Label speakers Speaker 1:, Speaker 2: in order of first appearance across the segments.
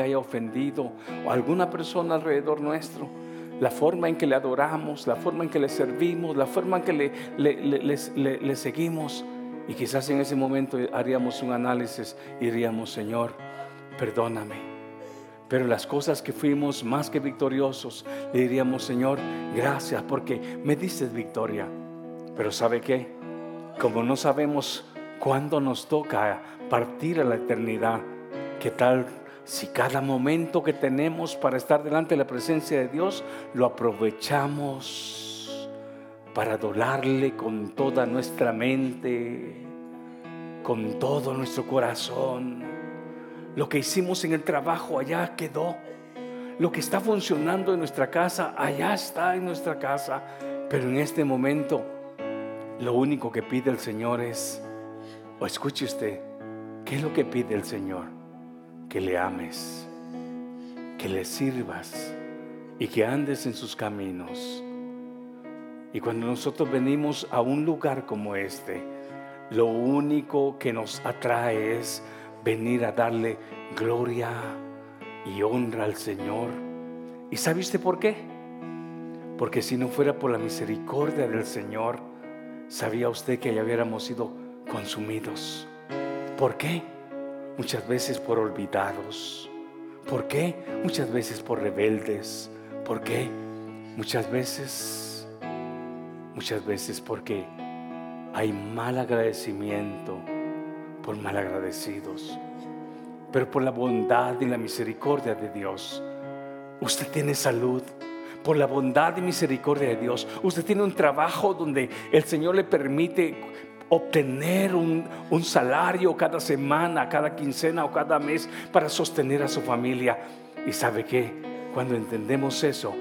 Speaker 1: haya ofendido o alguna persona alrededor nuestro, la forma en que le adoramos, la forma en que le servimos, la forma en que le, le, le, le seguimos. Y quizás en ese momento haríamos un análisis y diríamos, Señor, perdóname. Pero las cosas que fuimos más que victoriosos, le diríamos, Señor, gracias porque me dices victoria. Pero ¿sabe qué? Como no sabemos cuándo nos toca partir a la eternidad, ¿qué tal si cada momento que tenemos para estar delante de la presencia de Dios lo aprovechamos para adorarle con toda nuestra mente, con todo nuestro corazón. Lo que hicimos en el trabajo allá quedó. Lo que está funcionando en nuestra casa, allá está en nuestra casa. Pero en este momento, lo único que pide el Señor es, o escuche usted, ¿qué es lo que pide el Señor? que le ames, que le sirvas y que andes en sus caminos. Y cuando nosotros venimos a un lugar como este, lo único que nos atrae es venir a darle gloria y honra al Señor. ¿Y sabiste por qué? Porque si no fuera por la misericordia del Señor, sabía usted que ya hubiéramos sido consumidos. ¿Por qué? muchas veces por olvidados. ¿Por qué? Muchas veces por rebeldes. ¿Por qué? Muchas veces, muchas veces porque hay mal agradecimiento por mal agradecidos. Pero por la bondad y la misericordia de Dios, usted tiene salud. Por la bondad y misericordia de Dios, usted tiene un trabajo donde el Señor le permite obtener un, un, salario cada semana, cada quincena o cada mes para sostener a su familia. Y sabe que cuando entendemos eso,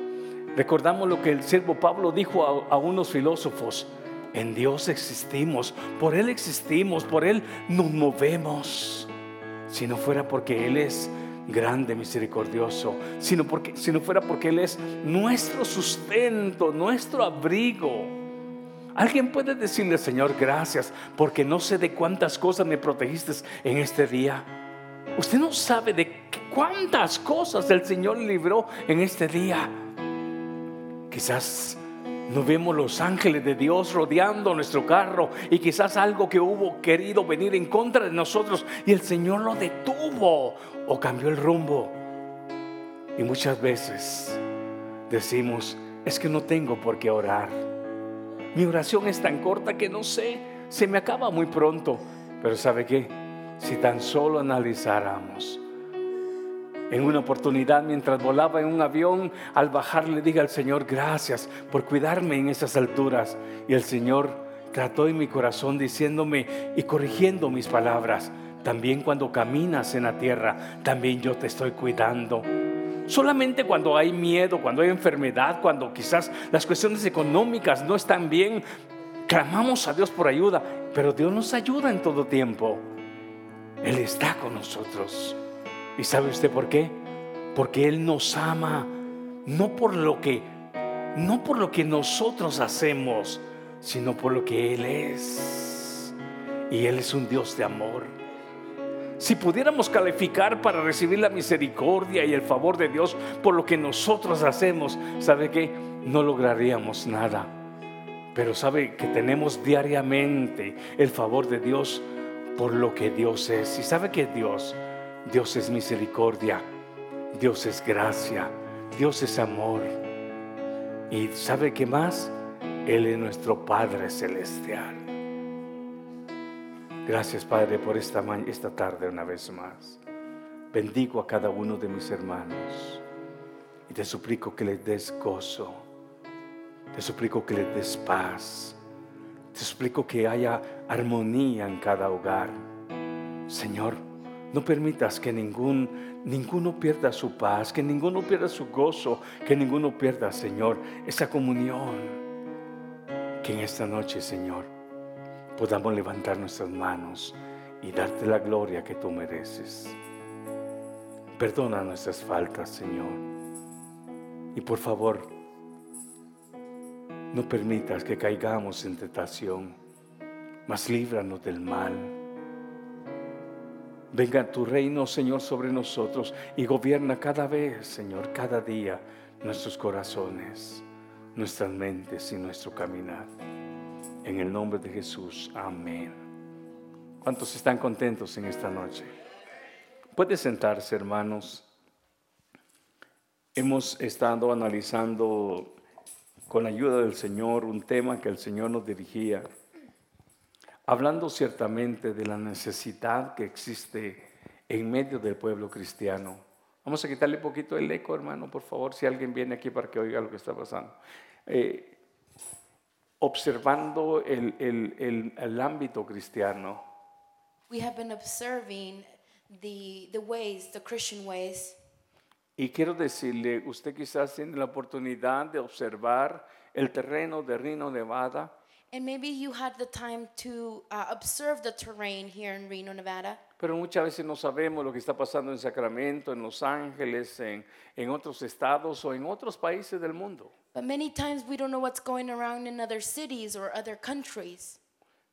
Speaker 1: recordamos lo que el siervo Pablo dijo a, a unos filósofos: En Dios existimos, por Él existimos, por Él nos movemos. Si no fuera porque Él es grande, misericordioso, sino porque, si no fuera porque Él es nuestro sustento, nuestro abrigo. Alguien puede decirle, Señor, gracias, porque no sé de cuántas cosas me protegiste en este día. Usted no sabe de cuántas cosas el Señor libró en este día. Quizás no vemos los ángeles de Dios rodeando nuestro carro y quizás algo que hubo querido venir en contra de nosotros y el Señor lo detuvo o cambió el rumbo. Y muchas veces decimos, es que no tengo por qué orar. Mi oración es tan corta que no sé, se me acaba muy pronto. Pero ¿sabe qué? Si tan solo analizáramos. En una oportunidad, mientras volaba en un avión, al bajar le dije al Señor, gracias por cuidarme en esas alturas. Y el Señor trató en mi corazón diciéndome y corrigiendo mis palabras. También cuando caminas en la tierra, también yo te estoy cuidando. Solamente cuando hay miedo, cuando hay enfermedad, cuando quizás las cuestiones económicas no están bien, clamamos a Dios por ayuda, pero Dios nos ayuda en todo tiempo. Él está con nosotros. ¿Y sabe usted por qué? Porque Él nos ama, no por lo que, no por lo que nosotros hacemos, sino por lo que Él es. Y Él es un Dios de amor. Si pudiéramos calificar para recibir la misericordia y el favor de Dios por lo que nosotros hacemos, ¿sabe qué? No lograríamos nada. Pero sabe que tenemos diariamente el favor de Dios por lo que Dios es. Y sabe que Dios, Dios es misericordia, Dios es gracia, Dios es amor. Y sabe que más, Él es nuestro Padre Celestial. Gracias, Padre, por esta, esta tarde una vez más. Bendigo a cada uno de mis hermanos y te suplico que les des gozo, te suplico que les des paz, te suplico que haya armonía en cada hogar. Señor, no permitas que ningún, ninguno pierda su paz, que ninguno pierda su gozo, que ninguno pierda, Señor, esa comunión. Que en esta noche, Señor, podamos levantar nuestras manos y darte la gloria que tú mereces. Perdona nuestras faltas, Señor. Y por favor, no permitas que caigamos en tentación, mas líbranos del mal. Venga tu reino, Señor, sobre nosotros y gobierna cada vez, Señor, cada día nuestros corazones, nuestras mentes y nuestro caminar. En el nombre de Jesús, amén. ¿Cuántos están contentos en esta noche? Puede sentarse, hermanos. Hemos estado analizando con la ayuda del Señor un tema que el Señor nos dirigía hablando ciertamente de la necesidad que existe en medio del pueblo cristiano. Vamos a quitarle un poquito el eco, hermano, por favor, si alguien viene aquí para que oiga lo que está pasando. Eh, observando el, el- el- el ámbito cristiano,
Speaker 2: We have been observing the, the ways, the Christian ways.
Speaker 1: y quiero decirle, usted quizás tiene la oportunidad de observar el terreno de Reno, Nevada,
Speaker 2: And maybe you had the time to uh, observe the terrain here in Reno, Nevada.
Speaker 1: pero muchas veces no sabemos lo que está pasando en Sacramento, en Los Ángeles, en- en otros estados o en otros países del mundo.
Speaker 2: But many times we don't know what's going around in other cities or other countries.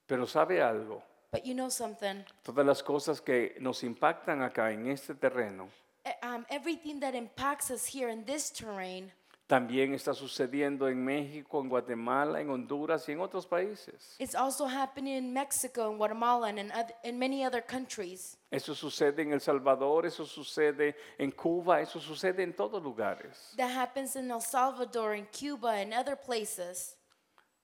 Speaker 1: Pero sabe algo,
Speaker 2: But you know something?
Speaker 1: todas las cosas que nos impactan acá en este terreno,
Speaker 2: E- Um, everything that impacts us here in this terrain
Speaker 1: también está sucediendo en México, en Guatemala, en Honduras y en otros países.
Speaker 2: is also happening in Mexico and Guatemala and in, oth- in many other countries.
Speaker 1: Eso sucede en El Salvador, eso sucede en Cuba, eso sucede en todos lugares.
Speaker 2: That happens in El Salvador and Cuba and other places.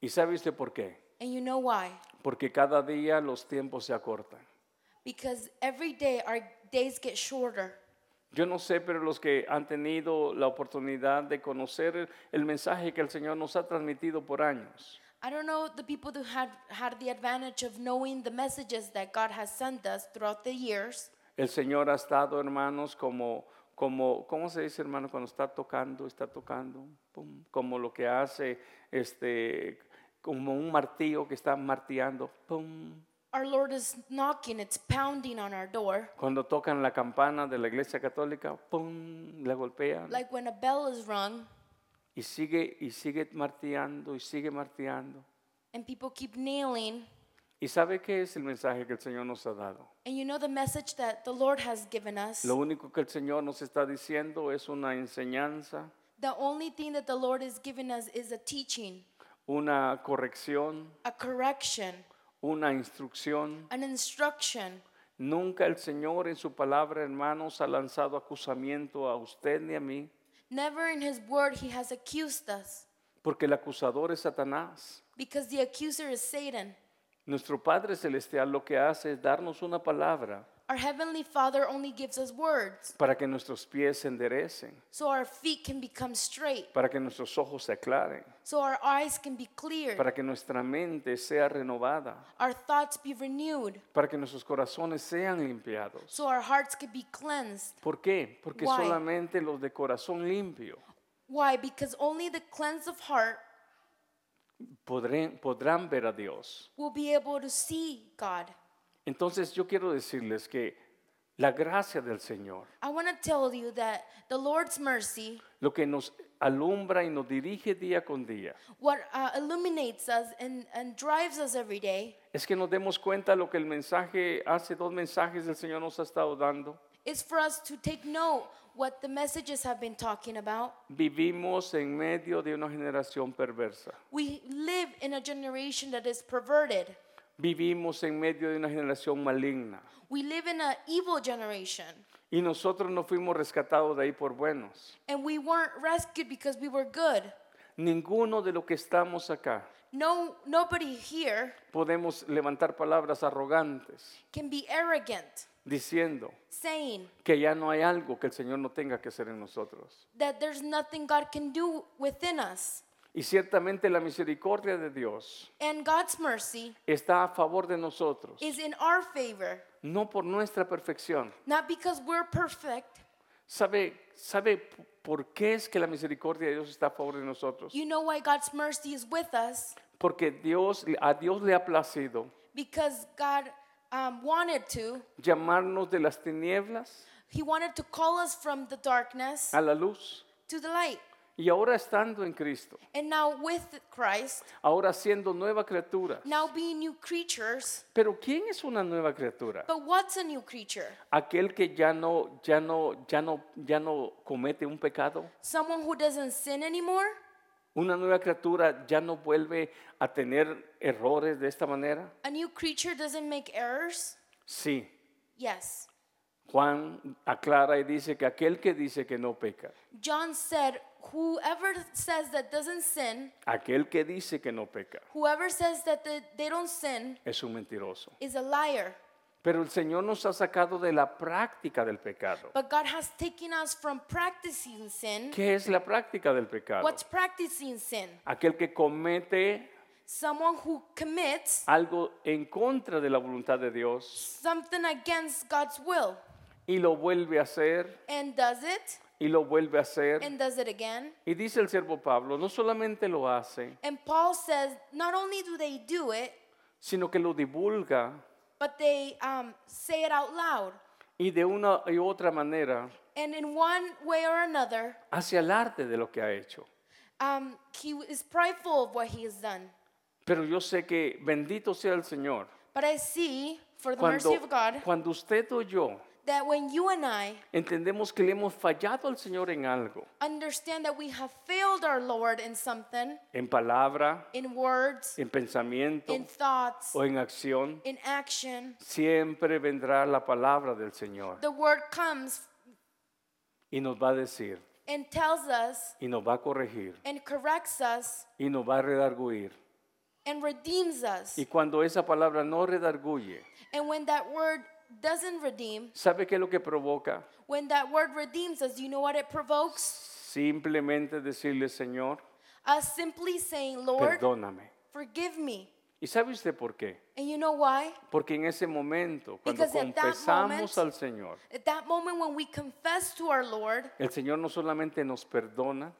Speaker 1: ¿Y sabe usted por qué?
Speaker 2: And you know why?
Speaker 1: Porque cada día los tiempos se acortan.
Speaker 2: Because every day our days get shorter.
Speaker 1: Yo no sé, pero los que han tenido la oportunidad de conocer el- el mensaje que el Señor nos ha transmitido por años,
Speaker 2: I don't know the people who had had the advantage of knowing the messages that God has sent us throughout the years.
Speaker 1: El Señor ha estado, hermanos, como, como, ¿cómo se dice, hermano? Cuando está tocando, está tocando, pum, como lo que hace, este, como un martillo que está martillando, pum.
Speaker 2: Our Lord is knocking, it's pounding on our door.
Speaker 1: Cuando tocan la campana de la iglesia católica, pum, la golpean.
Speaker 2: Like when a bell is rung
Speaker 1: y sigue, y sigue martillando, y sigue martillando.
Speaker 2: and people keep nailing.
Speaker 1: ¿Y sabe qué es el mensaje que el Señor nos ha dado?
Speaker 2: And you know the message that the Lord has given us.
Speaker 1: Lo único que el Señor nos está diciendo es una enseñanza,
Speaker 2: The only thing that the Lord has given us is a teaching,
Speaker 1: una corrección,
Speaker 2: a correction,
Speaker 1: una instrucción.
Speaker 2: an instruction.
Speaker 1: Nunca el Señor en su palabra, hermanos, ha lanzado acusamiento a usted ni a mí,
Speaker 2: Never in His Word He has accused us,
Speaker 1: porque el acusador es Satanás.
Speaker 2: because the accuser is Satan.
Speaker 1: Nuestro Padre Celestial lo que hace es darnos una palabra
Speaker 2: Our Heavenly Father only gives us words
Speaker 1: para que nuestros pies se enderecen,
Speaker 2: so our feet can become straight,
Speaker 1: para que nuestros ojos se aclaren,
Speaker 2: so our eyes can be clear,
Speaker 1: para que nuestra mente sea renovada,
Speaker 2: our thoughts be renewed,
Speaker 1: para que nuestros corazones sean limpiados.
Speaker 2: so our hearts can be cleansed.
Speaker 1: ¿Por qué? Porque
Speaker 2: Why?
Speaker 1: solamente los de corazón limpio
Speaker 2: Why? Because only the cleansed of heart
Speaker 1: podré- podrán ver a Dios.
Speaker 2: will be able to see God.
Speaker 1: Entonces yo quiero decirles que la gracia del Señor
Speaker 2: I want to tell you that the Lord's mercy,
Speaker 1: lo que nos alumbra y nos dirige día con día,
Speaker 2: what uh, illuminates us and, and drives us every day,
Speaker 1: es que nos demos cuenta lo que el mensaje, hace dos mensajes el Señor nos ha estado dando.
Speaker 2: is for us to take note what the messages have been talking about.
Speaker 1: Vivimos en medio de una generación perversa.
Speaker 2: We live in a generation that is perverted.
Speaker 1: Vivimos en medio de una generación maligna.
Speaker 2: We live in an evil generation,
Speaker 1: Y nosotros no fuimos rescatados de ahí por buenos.
Speaker 2: and we weren't rescued because we were good.
Speaker 1: Ninguno de los que estamos acá
Speaker 2: No, nobody here
Speaker 1: podemos levantar palabras arrogantes
Speaker 2: can be arrogant,
Speaker 1: diciendo
Speaker 2: saying
Speaker 1: que ya no hay algo que el Señor no tenga que hacer en nosotros.
Speaker 2: that there's nothing God can do within us.
Speaker 1: Y ciertamente la misericordia de Dios
Speaker 2: And God's mercy
Speaker 1: está a favor de nosotros,
Speaker 2: is in our favor,
Speaker 1: no por nuestra perfección.
Speaker 2: not because we're perfect.
Speaker 1: ¿Sabe, ¿Sabe p- por qué es que la misericordia de Dios está a favor de nosotros?
Speaker 2: You know why God's mercy is with us?
Speaker 1: Porque Dios, a Dios le ha placido
Speaker 2: Because God um, wanted to.
Speaker 1: llamarnos de las tinieblas
Speaker 2: He wanted to call us from the darkness
Speaker 1: a la luz.
Speaker 2: to the light.
Speaker 1: Y ahora estando en Cristo,
Speaker 2: And now with Christ,
Speaker 1: ahora siendo nueva criatura.
Speaker 2: now being new creatures.
Speaker 1: Pero ¿quién es una nueva criatura?
Speaker 2: But what's a new creature?
Speaker 1: Aquel que ya no, ya no, ya no, ya no comete un pecado.
Speaker 2: Someone who doesn't sin anymore?
Speaker 1: Una nueva criatura ya no vuelve a tener errores de esta manera.
Speaker 2: A new creature doesn't make errors?
Speaker 1: Sí,
Speaker 2: Yes.
Speaker 1: Juan aclara y dice que aquel que dice que no peca,
Speaker 2: John said, Whoever says that doesn't sin,
Speaker 1: aquel que dice que no peca,
Speaker 2: whoever says that they, they don't sin,
Speaker 1: es un mentiroso.
Speaker 2: is a liar.
Speaker 1: Pero el Señor nos ha sacado de la práctica del pecado.
Speaker 2: But God has taken us from practicing sin.
Speaker 1: ¿Qué es la práctica del pecado?
Speaker 2: What's practicing sin?
Speaker 1: Aquel que comete
Speaker 2: Someone who commits
Speaker 1: algo en contra de la voluntad de Dios
Speaker 2: something against God's will
Speaker 1: y lo vuelve a hacer
Speaker 2: and does it
Speaker 1: y lo vuelve a hacer.
Speaker 2: and does it again.
Speaker 1: Y dice el siervo Pablo, no solamente lo hace,
Speaker 2: And Paul says not only do they do it,
Speaker 1: sino que lo divulga
Speaker 2: but they um, say it out loud.
Speaker 1: y de una y otra manera
Speaker 2: And in one way or another,
Speaker 1: hace alarde de lo que ha hecho.
Speaker 2: um, he is prideful of what he has done.
Speaker 1: Pero yo sé que bendito sea el Señor.
Speaker 2: But I see, for the
Speaker 1: Cuando,
Speaker 2: mercy of God,
Speaker 1: cuando usted o yo
Speaker 2: that when you and I
Speaker 1: entendemos que le hemos fallado al Señor en algo,
Speaker 2: understand that we have failed our Lord in something,
Speaker 1: en palabra,
Speaker 2: in words,
Speaker 1: en pensamiento
Speaker 2: in thoughts,
Speaker 1: o en acción,
Speaker 2: in action,
Speaker 1: siempre vendrá la palabra del Señor
Speaker 2: the word comes
Speaker 1: y nos va a decir,
Speaker 2: and tells us
Speaker 1: y nos va a corregir,
Speaker 2: and corrects us
Speaker 1: y nos va a redarguir.
Speaker 2: and redeems us.
Speaker 1: Y cuando esa palabra no redarguye,
Speaker 2: And when that word doesn't redeem,
Speaker 1: ¿sabe qué es lo que provoca?
Speaker 2: when that word redeems us, you know what it provokes?
Speaker 1: Simplemente decirle, Señor,
Speaker 2: Us simply saying, Lord,
Speaker 1: perdóname.
Speaker 2: forgive me.
Speaker 1: ¿Y sabe usted por qué?
Speaker 2: And you know why?
Speaker 1: Porque en ese momento, cuando
Speaker 2: Because at that
Speaker 1: confesamos
Speaker 2: moment-
Speaker 1: al Señor,
Speaker 2: At that moment when we confess to our Lord,
Speaker 1: el Señor no solamente nos perdona,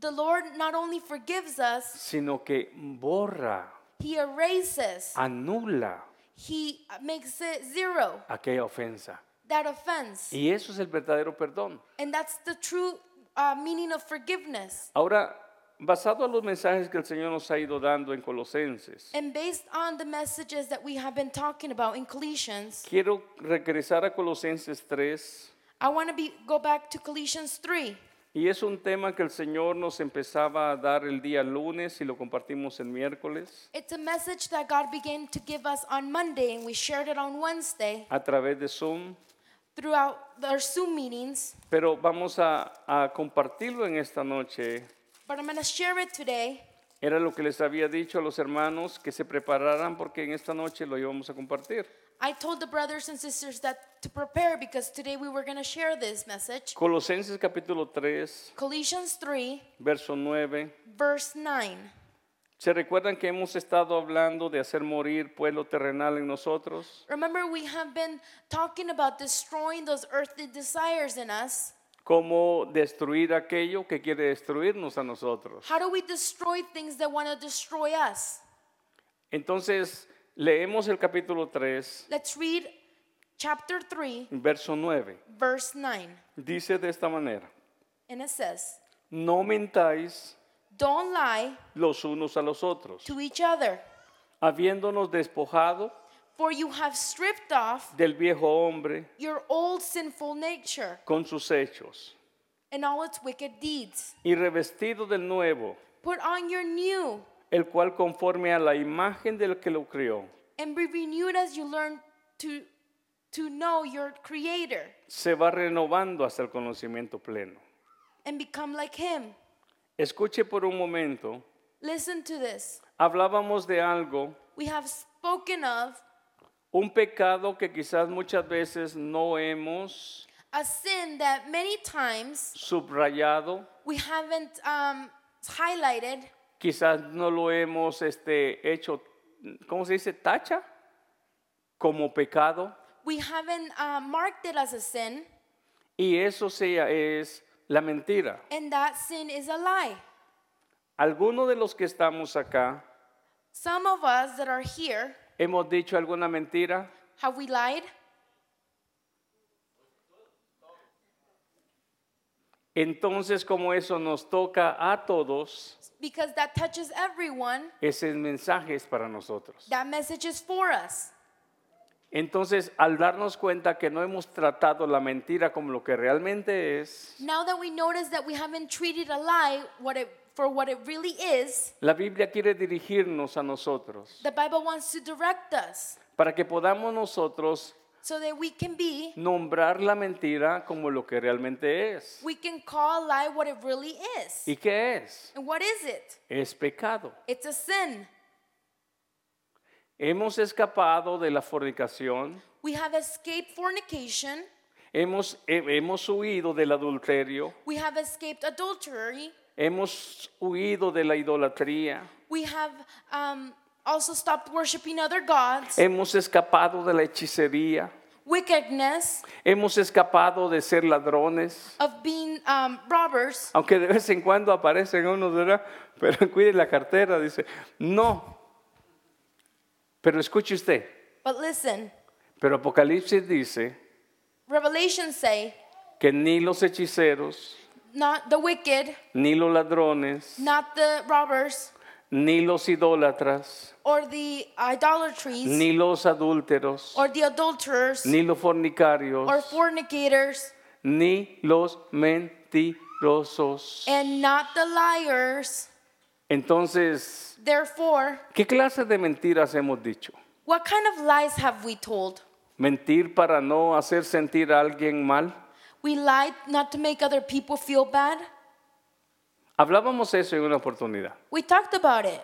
Speaker 2: the Lord not only forgives us,
Speaker 1: sino que borra,
Speaker 2: He erases,
Speaker 1: anula
Speaker 2: He makes it zero,
Speaker 1: aquella ofensa.
Speaker 2: that offense.
Speaker 1: Y eso es el verdadero perdón.
Speaker 2: And that's the true uh, meaning of forgiveness.
Speaker 1: Ahora, basado en los mensajes que el Señor nos ha ido dando en Colosenses,
Speaker 2: And based on the messages that we have been talking about in Colossians,
Speaker 1: quiero regresar a Colosenses 3
Speaker 2: I want to be go back to Colossians 3.
Speaker 1: y es un tema que el Señor nos empezaba a dar el día lunes y lo compartimos el miércoles
Speaker 2: It's a message that God began to give us on Monday, and we shared it on Wednesday
Speaker 1: a través de Zoom,
Speaker 2: throughout our Zoom meetings.
Speaker 1: pero vamos a, a compartirlo en esta noche.
Speaker 2: But I'm going to share it today.
Speaker 1: Era lo que les había dicho a los hermanos que se prepararan porque en esta noche lo íbamos a compartir.
Speaker 2: I told the brothers and sisters that to prepare because today we were going to share this message.
Speaker 1: Colosenses capítulo 3,
Speaker 2: Colossians 3,
Speaker 1: verso 9.
Speaker 2: verse 9.
Speaker 1: ¿Se recuerdan que hemos estado hablando de hacer morir pueblo terrenal en nosotros?
Speaker 2: Remember, we have been talking about destroying those earthly desires in us.
Speaker 1: ¿Cómo destruir aquello que quiere destruirnos a nosotros?
Speaker 2: How do we destroy things that want to destroy us?
Speaker 1: Entonces, leemos el capítulo 3,
Speaker 2: Let's read chapter 3,
Speaker 1: verso 9.
Speaker 2: verse 9.
Speaker 1: Dice de esta manera,
Speaker 2: And it says,
Speaker 1: no mentáis
Speaker 2: Don't lie
Speaker 1: los unos a los otros,
Speaker 2: to each other,
Speaker 1: habiéndonos despojado
Speaker 2: for you have stripped off
Speaker 1: del viejo hombre
Speaker 2: your old sinful nature
Speaker 1: con sus hechos.
Speaker 2: and all its wicked deeds.
Speaker 1: y revestido del nuevo,
Speaker 2: Put on your new
Speaker 1: el cual conforme a la imagen del que lo crió,
Speaker 2: and be renewed as you learn to, to know your Creator
Speaker 1: se va renovando hasta el conocimiento pleno.
Speaker 2: and become like Him.
Speaker 1: Escuche por un momento,
Speaker 2: Listen to this.
Speaker 1: hablábamos de algo,
Speaker 2: We have spoken of
Speaker 1: un pecado que quizás muchas veces no hemos
Speaker 2: a sin that many times
Speaker 1: subrayado,
Speaker 2: we haven't um, highlighted,
Speaker 1: quizás no lo hemos este, hecho, ¿cómo se dice? Tacha, como pecado,
Speaker 2: we haven't uh, marked it as a sin,
Speaker 1: y eso sea, es la mentira.
Speaker 2: and that sin is a lie.
Speaker 1: Algunos de los que estamos acá
Speaker 2: Some of us that are here,
Speaker 1: hemos dicho alguna mentira,
Speaker 2: have we lied?
Speaker 1: Entonces, como eso nos toca a todos,
Speaker 2: because that touches everyone.
Speaker 1: ese mensaje es para nosotros.
Speaker 2: That message is for us.
Speaker 1: Entonces, al darnos cuenta que no hemos tratado la mentira como lo que realmente es,
Speaker 2: Now that we notice that we haven't treated a lie what it, for what it really is,
Speaker 1: la Biblia quiere dirigirnos a nosotros
Speaker 2: the Bible wants to direct us
Speaker 1: para que podamos nosotros
Speaker 2: so that we can be,
Speaker 1: nombrar la mentira como lo que realmente es.
Speaker 2: we can call a lie what it really is.
Speaker 1: ¿Y qué es?
Speaker 2: And what is it?
Speaker 1: Es pecado.
Speaker 2: It's a sin.
Speaker 1: Hemos escapado de la fornicación,
Speaker 2: We have escaped fornication,
Speaker 1: hemos, he- hemos huido del adulterio,
Speaker 2: we have escaped adultery,
Speaker 1: hemos huido de la idolatría,
Speaker 2: we have um, also stopped worshiping other gods,
Speaker 1: hemos escapado de la hechicería,
Speaker 2: wickedness,
Speaker 1: hemos escapado de ser ladrones,
Speaker 2: of being um, robbers.
Speaker 1: aunque de vez en cuando aparecen unos, ¿verdad? Pero cuide la cartera, dice, no. Pero escuche usted,
Speaker 2: But listen,
Speaker 1: pero Apocalipsis dice
Speaker 2: Revelation say,
Speaker 1: que ni los hechiceros,
Speaker 2: not the wicked,
Speaker 1: ni los ladrones,
Speaker 2: not the robbers
Speaker 1: ni los idólatras,
Speaker 2: or the idolatries
Speaker 1: ni los adúlteros,
Speaker 2: or the adulterers
Speaker 1: ni los fornicarios,
Speaker 2: or fornicators
Speaker 1: ni los mentirosos.
Speaker 2: and not the liars.
Speaker 1: Entonces,
Speaker 2: Therefore,
Speaker 1: ¿qué clase de mentiras hemos dicho?
Speaker 2: what kind of lies have we told?
Speaker 1: ¿Mentir para no hacer sentir a alguien mal?
Speaker 2: We lied not to make other people feel bad.
Speaker 1: Hablábamos eso en una oportunidad
Speaker 2: We talked about it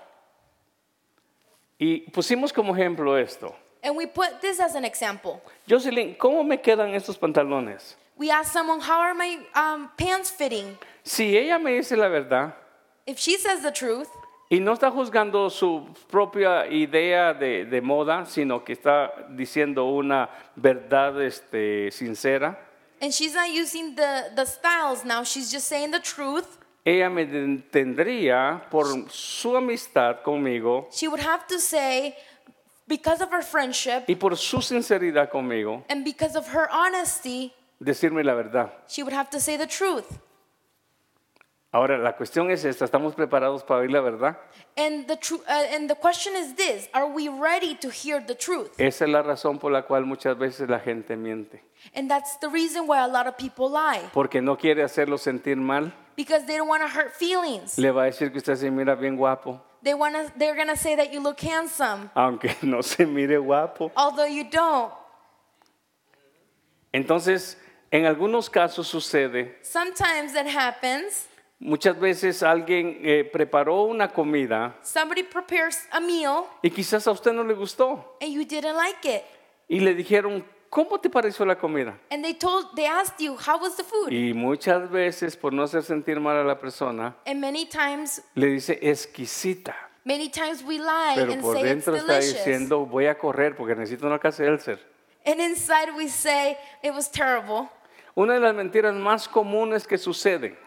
Speaker 1: y pusimos como ejemplo esto.
Speaker 2: and we put this as an example.
Speaker 1: Jocelyn, ¿cómo me quedan estos pantalones?
Speaker 2: We asked someone, How are my um, pants fitting?
Speaker 1: Si ella me dice la verdad
Speaker 2: If she says the truth
Speaker 1: y no está juzgando su propia idea de, de moda, sino que está diciendo una verdad este, sincera,
Speaker 2: and she's not using the, the styles now, she's just saying the truth,
Speaker 1: ella me ten- tendría por su amistad conmigo
Speaker 2: she would have to say, because of her friendship
Speaker 1: y por su sinceridad conmigo,
Speaker 2: and because of her honesty,
Speaker 1: decirme la verdad.
Speaker 2: she would have to say the truth.
Speaker 1: Ahora, la cuestión es esta, ¿estamos preparados para oír la verdad?
Speaker 2: And the, tru- uh, and the question is this Are we ready to hear the truth?
Speaker 1: Esa es la razón por la cual muchas veces la gente miente,
Speaker 2: And that's the reason why a lot of people lie
Speaker 1: porque no quiere hacerlo sentir mal.
Speaker 2: because they don't want to hurt feelings.
Speaker 1: Le va a decir que usted se mira bien guapo,
Speaker 2: They want to, they're going to say that you look handsome,
Speaker 1: aunque no se mire guapo.
Speaker 2: although you don't.
Speaker 1: Entonces, en algunos casos sucede,
Speaker 2: Sometimes that happens.
Speaker 1: muchas veces alguien eh, preparó una comida
Speaker 2: Somebody prepares a meal
Speaker 1: y quizás a usted no le gustó.
Speaker 2: and you didn't like it.
Speaker 1: y le dijeron, ¿cómo te pareció la comida?
Speaker 2: And they told, they asked you, How was the food?
Speaker 1: Y muchas veces, por no hacer sentir mal a la persona,
Speaker 2: And many times,
Speaker 1: le dice, exquisita.
Speaker 2: many times we lie
Speaker 1: Pero
Speaker 2: and
Speaker 1: por
Speaker 2: say it's
Speaker 1: dentro está
Speaker 2: delicious.
Speaker 1: diciendo, voy a correr porque necesito una casa Elser.
Speaker 2: And inside we say it was terrible.
Speaker 1: Una de las mentiras más comunes que suceden,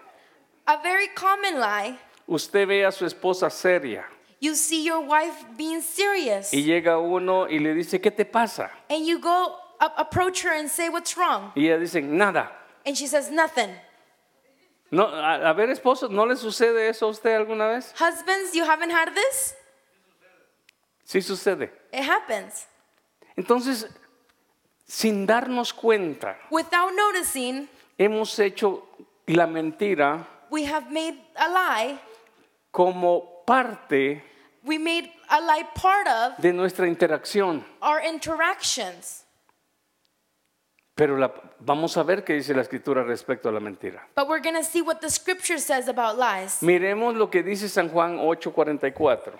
Speaker 2: A very common lie.
Speaker 1: usted ve a su esposa seria
Speaker 2: You see your wife being serious
Speaker 1: y llega uno y le dice, ¿qué te pasa?
Speaker 2: and you go up, approach her and say what's wrong
Speaker 1: Y ella dice, nada.
Speaker 2: and she says nothing.
Speaker 1: No, a, a ver, esposo, ¿no le sucede eso a usted alguna vez?
Speaker 2: Husbands, you haven't had this?
Speaker 1: Sí sucede.
Speaker 2: It happens.
Speaker 1: Entonces, sin darnos cuenta,
Speaker 2: Without noticing,
Speaker 1: hemos hecho la mentira
Speaker 2: we have made a lie.
Speaker 1: como parte
Speaker 2: We made a lie part of
Speaker 1: de nuestra interacción.
Speaker 2: our interactions.
Speaker 1: Pero la- vamos a ver qué dice la escritura respecto a la mentira.
Speaker 2: But we're going to see what the scripture says about lies.
Speaker 1: Miremos lo que dice San Juan 8:44.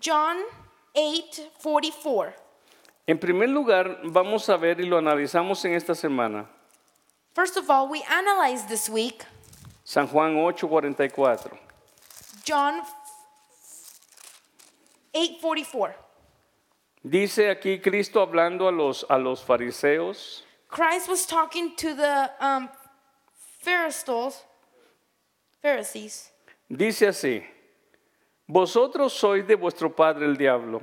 Speaker 2: John 8:44.
Speaker 1: En primer lugar, vamos a ver y lo analizamos en esta semana.
Speaker 2: First of all, we analyzed this week
Speaker 1: San Juan 8:44.
Speaker 2: John 8:44.
Speaker 1: Dice aquí Cristo hablando a los, a los fariseos
Speaker 2: Christ was talking to the um, Pharisees. Pharisees.
Speaker 1: Dice así, vosotros sois de vuestro padre el diablo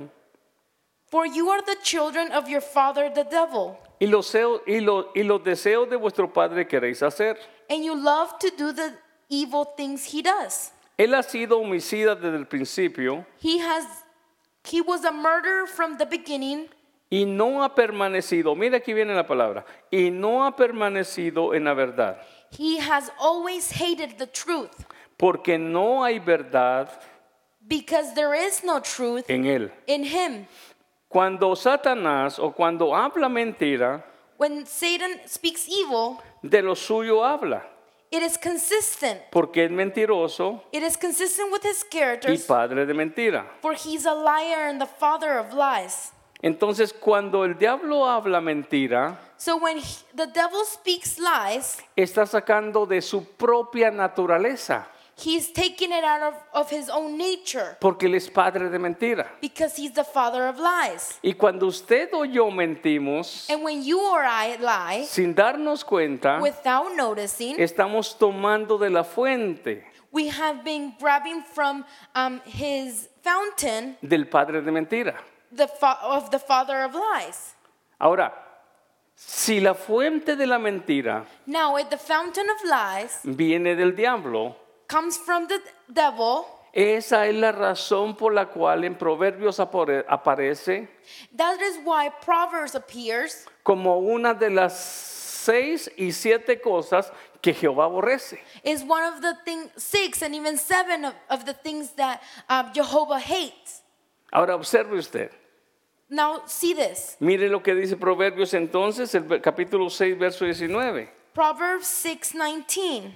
Speaker 2: For you are the children of your father the devil,
Speaker 1: y los, seo- y lo- y los deseos de vuestro Padre queréis hacer.
Speaker 2: and you love to do the evil things he does.
Speaker 1: Él ha sido homicida desde el principio
Speaker 2: He has he was a murderer from the beginning
Speaker 1: y no ha permanecido, mira aquí viene la palabra, y no ha permanecido en la verdad,
Speaker 2: He has always hated the truth
Speaker 1: porque no hay verdad
Speaker 2: because there is no truth
Speaker 1: en él.
Speaker 2: in him.
Speaker 1: Cuando Satanás o cuando habla mentira,
Speaker 2: When Satan speaks evil,
Speaker 1: de lo suyo habla,
Speaker 2: it is consistent.
Speaker 1: porque es mentiroso
Speaker 2: It is consistent with his
Speaker 1: y
Speaker 2: characters,
Speaker 1: padre de mentira.
Speaker 2: for he's a liar and the father of lies.
Speaker 1: Entonces, cuando el diablo habla mentira,
Speaker 2: So when he- the devil speaks lies,
Speaker 1: está sacando de su propia naturaleza,
Speaker 2: he's taking it out of, of his own nature
Speaker 1: porque él es padre de mentira.
Speaker 2: because he's the father of lies.
Speaker 1: Y cuando usted o yo mentimos,
Speaker 2: And when you or I lie
Speaker 1: sin darnos cuenta,
Speaker 2: without noticing,
Speaker 1: estamos tomando de la fuente
Speaker 2: we have been grabbing from um, his fountain
Speaker 1: del padre de mentira.
Speaker 2: the fa- of the father of lies.
Speaker 1: Ahora, si la fuente de la mentira
Speaker 2: Now, if the fountain of lies
Speaker 1: viene del diablo,
Speaker 2: comes from the devil,
Speaker 1: esa es la razón por la cual en Proverbios apare- aparece
Speaker 2: that is why Proverbs appears
Speaker 1: como una de las seis y siete cosas que Jehová aborrece.
Speaker 2: is one of the thing six and even seven of, of the things that uh, Jehovah hates.
Speaker 1: Ahora observe usted,
Speaker 2: Now, see this.
Speaker 1: mire lo que dice Proverbios entonces, el ve- capítulo 6, verso 19.
Speaker 2: Proverbs 6:19.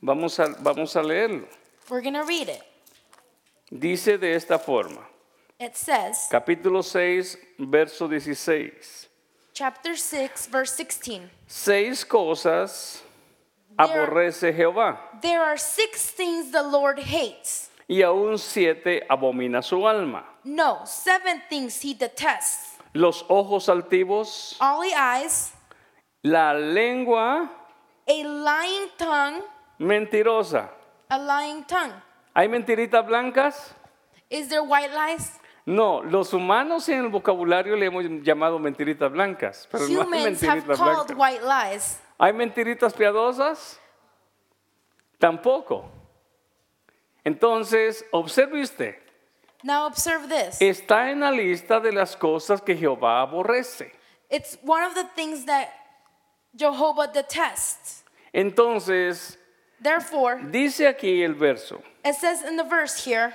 Speaker 1: Vamos a, vamos a leerlo.
Speaker 2: We're going to read it.
Speaker 1: Dice de esta forma,
Speaker 2: It says,
Speaker 1: capítulo 6, verso 16.
Speaker 2: chapter 6, verse 16.
Speaker 1: Seis cosas aborrece Jehová
Speaker 2: There are six things the Lord hates.
Speaker 1: y aún siete abomina su alma.
Speaker 2: No, seven things he detests.
Speaker 1: Los ojos altivos,
Speaker 2: Ollie eyes,
Speaker 1: la lengua
Speaker 2: a lying tongue,
Speaker 1: mentirosa.
Speaker 2: a lying tongue.
Speaker 1: ¿Hay mentiritas blancas?
Speaker 2: Is there white lies?
Speaker 1: No, los humanos en el vocabulario le hemos llamado mentiritas blancas, pero no hay
Speaker 2: Humans have
Speaker 1: mentiritas
Speaker 2: called
Speaker 1: blancas.
Speaker 2: white lies.
Speaker 1: ¿Hay mentiritas piadosas? Tampoco. Entonces, observe usted,
Speaker 2: Now observe this.
Speaker 1: está en la lista de las cosas que Jehová aborrece.
Speaker 2: It's one of the things that Jehovah detests.
Speaker 1: Entonces,
Speaker 2: Therefore,
Speaker 1: dice aquí el verso,
Speaker 2: it says in the verse here,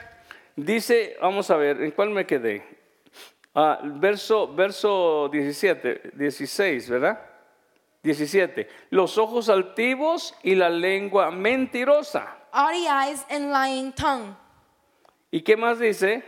Speaker 1: dice, vamos a ver, ¿en cuál me quedé? Ah, verso, verso 17, 16, ¿verdad? 17. Los ojos altivos y la lengua mentirosa.
Speaker 2: haughty eyes and lying tongue,
Speaker 1: ¿Y qué más dice?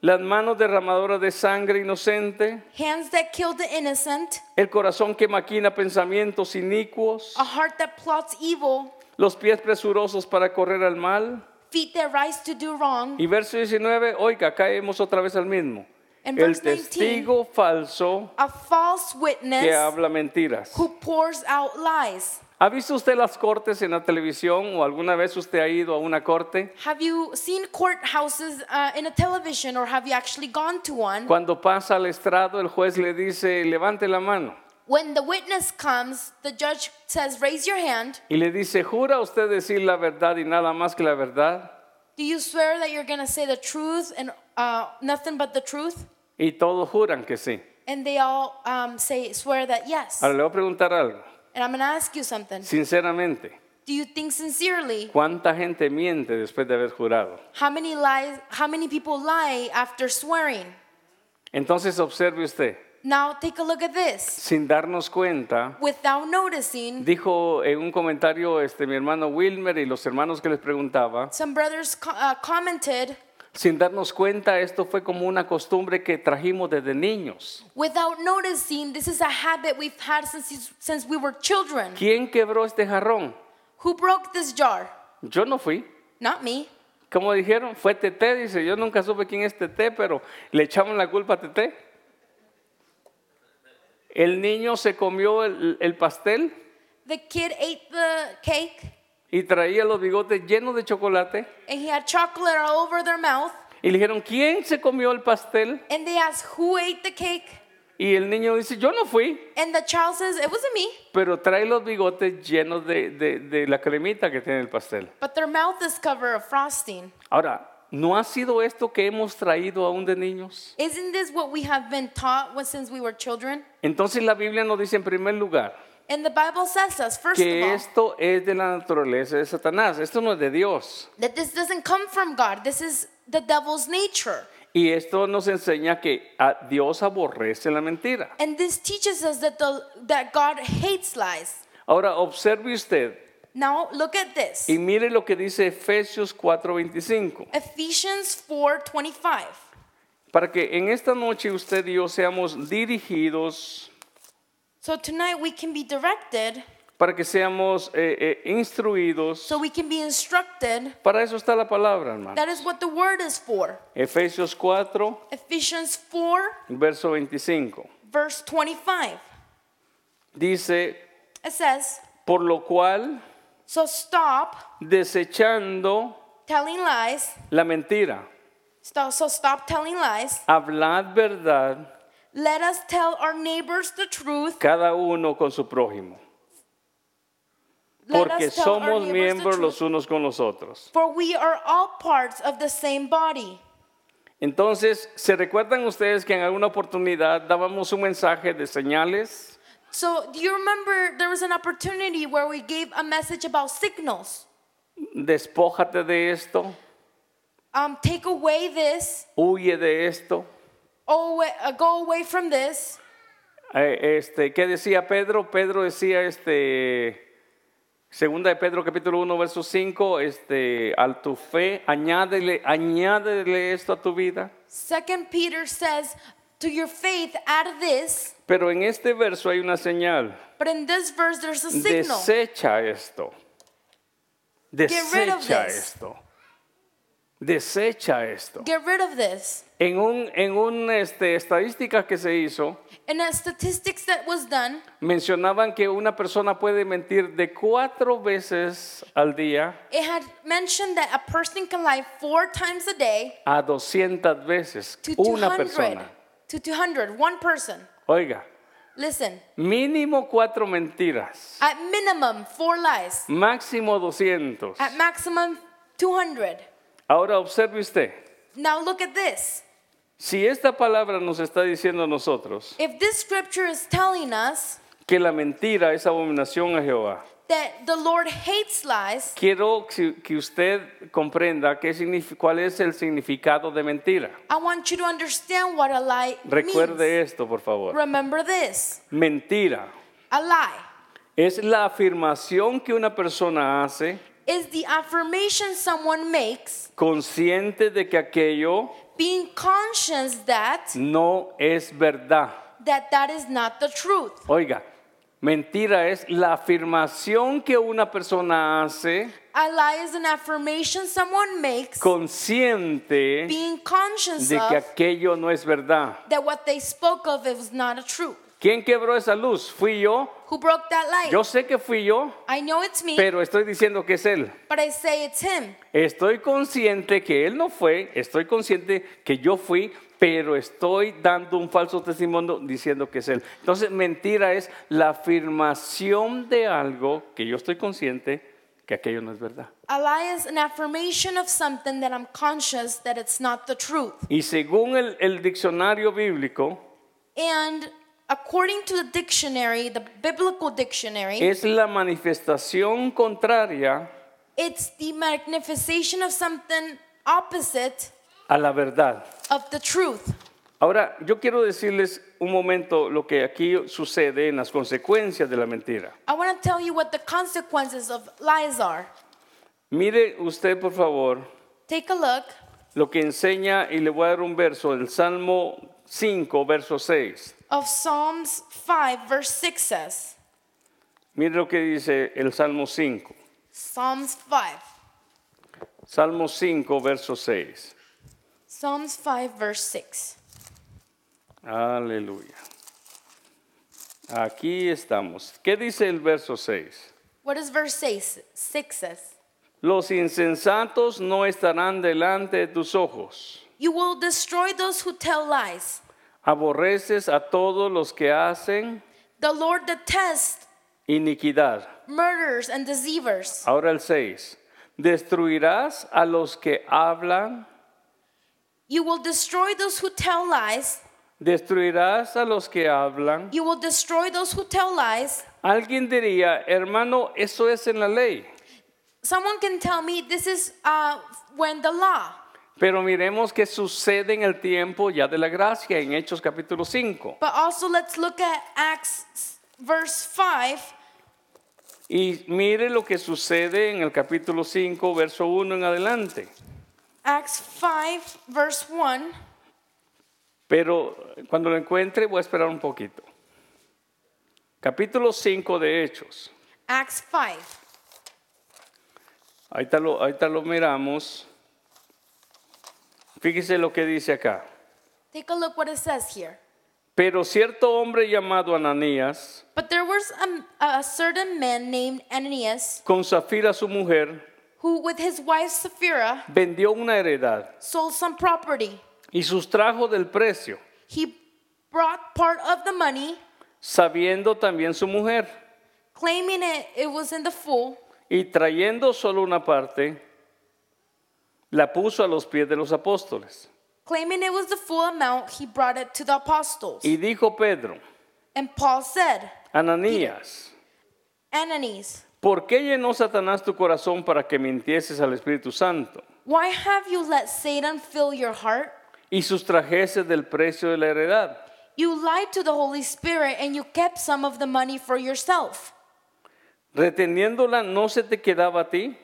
Speaker 1: Las manos derramadoras de sangre inocente,
Speaker 2: hands that kill the innocent,
Speaker 1: el corazón que maquina pensamientos inicuos,
Speaker 2: a heart that plots evil,
Speaker 1: los pies presurosos para correr al mal.
Speaker 2: feet that rise to do wrong.
Speaker 1: Y verso 19, oiga, caemos otra vez al mismo.
Speaker 2: En
Speaker 1: el
Speaker 2: verse 19.
Speaker 1: testigo falso
Speaker 2: A false
Speaker 1: que
Speaker 2: witness
Speaker 1: habla mentiras.
Speaker 2: who pours out lies.
Speaker 1: ¿Ha visto usted las cortes en la televisión o alguna vez usted ha ido a una corte?
Speaker 2: Have you seen courthouses uh, in a television or have you actually gone to one?
Speaker 1: Cuando pasa al estrado, el juez le dice, levante la mano.
Speaker 2: When the witness comes, the judge says, Raise your hand.
Speaker 1: Y le dice, ¿jura usted decir la verdad y nada más que la verdad?
Speaker 2: Do you swear that you're going to say the truth and uh, nothing but the truth?
Speaker 1: Y todos juran que sí.
Speaker 2: And they all um, say, Swear that yes.
Speaker 1: Ahora le voy a preguntar algo,
Speaker 2: And I'm going to ask you something.
Speaker 1: sinceramente.
Speaker 2: Do you think sincerely?
Speaker 1: ¿Cuánta gente miente después de haber jurado?
Speaker 2: How many lies? How many people lie after swearing?
Speaker 1: Entonces observe usted,
Speaker 2: Now take a look at this.
Speaker 1: sin darnos cuenta,
Speaker 2: Without noticing,
Speaker 1: Dijo en un comentario este, mi hermano Wilmer y los hermanos que les preguntaba,
Speaker 2: some brothers co- uh, commented,
Speaker 1: sin darnos cuenta, esto fue como una costumbre que trajimos desde niños.
Speaker 2: Without noticing, this is a habit we've had since, since we were children.
Speaker 1: ¿Quién quebró este jarrón?
Speaker 2: Who broke this jar?
Speaker 1: Yo no fui.
Speaker 2: Not me.
Speaker 1: Como dijeron, fue Teté, dice, yo nunca supe quién es Teté, pero le echamos la culpa a Teté. El niño se comió el, el pastel
Speaker 2: The kid ate the cake
Speaker 1: y traía los bigotes llenos de chocolate
Speaker 2: and he had chocolate all over their mouth
Speaker 1: Y le dijeron, ¿quién se comió el pastel?
Speaker 2: And they asked, Who ate the cake?
Speaker 1: Y el niño dice, yo no fui,
Speaker 2: And the child says, It wasn't me.
Speaker 1: pero trae los bigotes llenos de, de- de la cremita que tiene el pastel.
Speaker 2: But their mouth is covered of frosting.
Speaker 1: Ahora, ¿no ha sido esto que hemos traído aún de niños?
Speaker 2: Isn't this what we have been taught when- since we were children?
Speaker 1: Entonces la Biblia nos dice en primer lugar
Speaker 2: And the Bible says us, first of
Speaker 1: que
Speaker 2: all,
Speaker 1: esto es de la naturaleza de Satanás, esto no es de Dios.
Speaker 2: that this doesn't come from God. This is the devil's nature.
Speaker 1: Y esto nos enseña que a Dios aborrece la mentira.
Speaker 2: And this teaches us that, the, that God hates lies.
Speaker 1: Ahora observe usted
Speaker 2: Now look at this.
Speaker 1: y mire lo que dice Efesios 4:25,
Speaker 2: Ephesians 4:25.
Speaker 1: para que en esta noche usted y yo seamos dirigidos,
Speaker 2: So tonight we can be directed,
Speaker 1: para que seamos eh, eh, instruidos.
Speaker 2: so we can be instructed.
Speaker 1: Para eso está la palabra, hermano.
Speaker 2: That is what the word is for.
Speaker 1: Efesios 4,
Speaker 2: Ephesians 4
Speaker 1: verso 25.
Speaker 2: verse 25.
Speaker 1: Dice,
Speaker 2: It says,
Speaker 1: por lo cual,
Speaker 2: "So stop
Speaker 1: desechando
Speaker 2: telling lies.
Speaker 1: la mentira,
Speaker 2: Stop, so stop telling lies.
Speaker 1: hablad verdad
Speaker 2: Let us tell our neighbors the truth.
Speaker 1: cada uno con su prójimo.
Speaker 2: Let
Speaker 1: porque
Speaker 2: us tell our
Speaker 1: somos
Speaker 2: neighbors the
Speaker 1: miembros los
Speaker 2: truth.
Speaker 1: unos con los otros.
Speaker 2: For we are all parts of the same body.
Speaker 1: Entonces, ¿se recuerdan ustedes que en alguna oportunidad dábamos un mensaje de señales?
Speaker 2: So, do you remember there was an opportunity where we gave a message about signals?
Speaker 1: Despójate de esto,
Speaker 2: Um, take away this,
Speaker 1: huye de esto.
Speaker 2: oh, uh, go away from this.
Speaker 1: Eh, este, ¿Qué decía Pedro? Pedro decía, este, segunda de Pedro capítulo 1, verso 5, este, al tu fe, añádele, añádele esto a tu vida.
Speaker 2: Second Peter says, to your faith, add this.
Speaker 1: Pero en este verso hay una señal.
Speaker 2: But in this verse, there's a signal.
Speaker 1: Desecha esto.
Speaker 2: rid of
Speaker 1: Desecha
Speaker 2: this.
Speaker 1: esto. Desecha esto.
Speaker 2: Get rid of this.
Speaker 1: En un, en un este, estadística que se hizo,
Speaker 2: In a statistics that was done,
Speaker 1: mencionaban que una persona puede mentir de cuatro veces al día
Speaker 2: it had mentioned that a person can lie four times a day
Speaker 1: a 200 veces.
Speaker 2: to
Speaker 1: Una
Speaker 2: 200.
Speaker 1: persona.
Speaker 2: To 200, one person.
Speaker 1: Oiga,
Speaker 2: Listen,
Speaker 1: mínimo cuatro mentiras,
Speaker 2: at minimum, four lies.
Speaker 1: máximo 200.
Speaker 2: At maximum, 200.
Speaker 1: Ahora observe usted,
Speaker 2: Now look at this.
Speaker 1: si esta palabra nos está diciendo a nosotros
Speaker 2: If this scripture is telling us
Speaker 1: que la mentira es abominación a Jehová.
Speaker 2: that the Lord hates lies,
Speaker 1: Quiero que que usted comprenda qué signifi- cuál es el significado de mentira.
Speaker 2: I want you to understand what a lie means.
Speaker 1: Recuerde esto, por favor.
Speaker 2: Remember this.
Speaker 1: Mentira
Speaker 2: A lie
Speaker 1: es la afirmación que una persona hace
Speaker 2: is the affirmation someone makes
Speaker 1: consciente de que aquello
Speaker 2: being conscious that
Speaker 1: no es verdad.
Speaker 2: that that is not the truth.
Speaker 1: Oiga, mentira es la afirmación que una persona hace
Speaker 2: A lie is an affirmation someone makes
Speaker 1: consciente
Speaker 2: being conscious
Speaker 1: de que
Speaker 2: of
Speaker 1: aquello no es verdad.
Speaker 2: that what they spoke of it was not a truth.
Speaker 1: ¿Quién quebró esa luz? ¿Fui yo?
Speaker 2: Who broke that lie?
Speaker 1: Yo sé que fui yo,
Speaker 2: I know it's me,
Speaker 1: pero estoy diciendo que es él.
Speaker 2: but I say it's him.
Speaker 1: Estoy consciente que él no fue, estoy consciente que yo fui, pero estoy dando un falso testimonio diciendo que es él. Entonces, mentira es la afirmación de algo que yo estoy consciente que aquello no es verdad.
Speaker 2: A lie is an affirmation of something that I'm conscious that it's not the truth.
Speaker 1: Y según el, el diccionario bíblico,
Speaker 2: And according to the dictionary, the biblical dictionary,
Speaker 1: es la manifestación contraria
Speaker 2: it's the magnification of something opposite
Speaker 1: a la verdad.
Speaker 2: of the truth.
Speaker 1: Ahora, yo quiero decirles un momento lo que aquí sucede en las consecuencias de la mentira.
Speaker 2: I want to tell you what the consequences of lies are.
Speaker 1: Mire usted, por favor,
Speaker 2: Take a look
Speaker 1: lo que enseña, y le voy a dar un verso, el Salmo 5, verso 6.
Speaker 2: of Psalms 5, verse 6 says,
Speaker 1: Mire lo que dice el Salmo 5.
Speaker 2: Psalms 5,
Speaker 1: Salmo 5, verso 6.
Speaker 2: Psalms 5, verse 6.
Speaker 1: Aleluya. Aquí estamos. ¿Qué dice el verso 6?
Speaker 2: What does verse 6, 6 says?
Speaker 1: Los insensatos no estarán delante de tus ojos,
Speaker 2: You will destroy those who tell lies.
Speaker 1: Aborreces a todos los que hacen
Speaker 2: The Lord detests
Speaker 1: iniquidad.
Speaker 2: murderers and deceivers.
Speaker 1: Ahora el 6. Destruirás a los que hablan,
Speaker 2: You will destroy those who tell lies.
Speaker 1: destruirás a los que hablan.
Speaker 2: You will destroy those who tell lies.
Speaker 1: Alguien diría, hermano, eso es en la ley.
Speaker 2: Someone can tell me this is uh, when the law.
Speaker 1: Pero miremos qué sucede en el tiempo ya de la gracia, en Hechos capítulo 5.
Speaker 2: But also let's look at Acts verse 5
Speaker 1: Y mire lo que sucede en el capítulo 5, verso 1 en adelante.
Speaker 2: Acts 5, verse 1.
Speaker 1: Pero cuando lo encuentre voy a esperar un poquito. Capítulo 5 de Hechos.
Speaker 2: Acts 5.
Speaker 1: Ahorita lo, ahorita lo miramos. Fíjese lo que dice acá.
Speaker 2: Take a look what it says here.
Speaker 1: Pero cierto hombre llamado Ananías,
Speaker 2: But there was a, a certain man named Ananias
Speaker 1: con Zafira su mujer,
Speaker 2: who, with his wife Sapphira,
Speaker 1: vendió una heredad
Speaker 2: sold some property.
Speaker 1: y sustrajo del precio,
Speaker 2: He brought part of the money,
Speaker 1: sabiendo también su mujer,
Speaker 2: claiming it, it was in the full,
Speaker 1: y trayendo solo una parte, la puso a los pies de los apóstoles.
Speaker 2: claiming it was the full amount. He brought it to the apostles.
Speaker 1: Y dijo Pedro,
Speaker 2: And Paul said,
Speaker 1: Ananías,
Speaker 2: Ananias,
Speaker 1: ¿por qué llenó Satanás tu corazón para que mintieses al Espíritu Santo
Speaker 2: why have you let Satan fill your heart?
Speaker 1: y sustrajeses del precio de la heredad?
Speaker 2: You lied to the Holy Spirit and you kept some of the money for yourself.
Speaker 1: Reteniéndola no se te quedaba a ti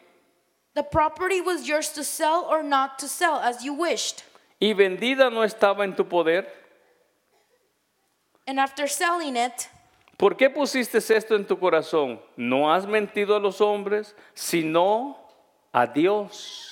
Speaker 2: The property was yours to sell or not to sell as you wished.
Speaker 1: y vendida no estaba en tu poder.
Speaker 2: And after selling it,
Speaker 1: ¿Por qué pusiste esto en tu corazón? No has mentido a los hombres, sino a Dios.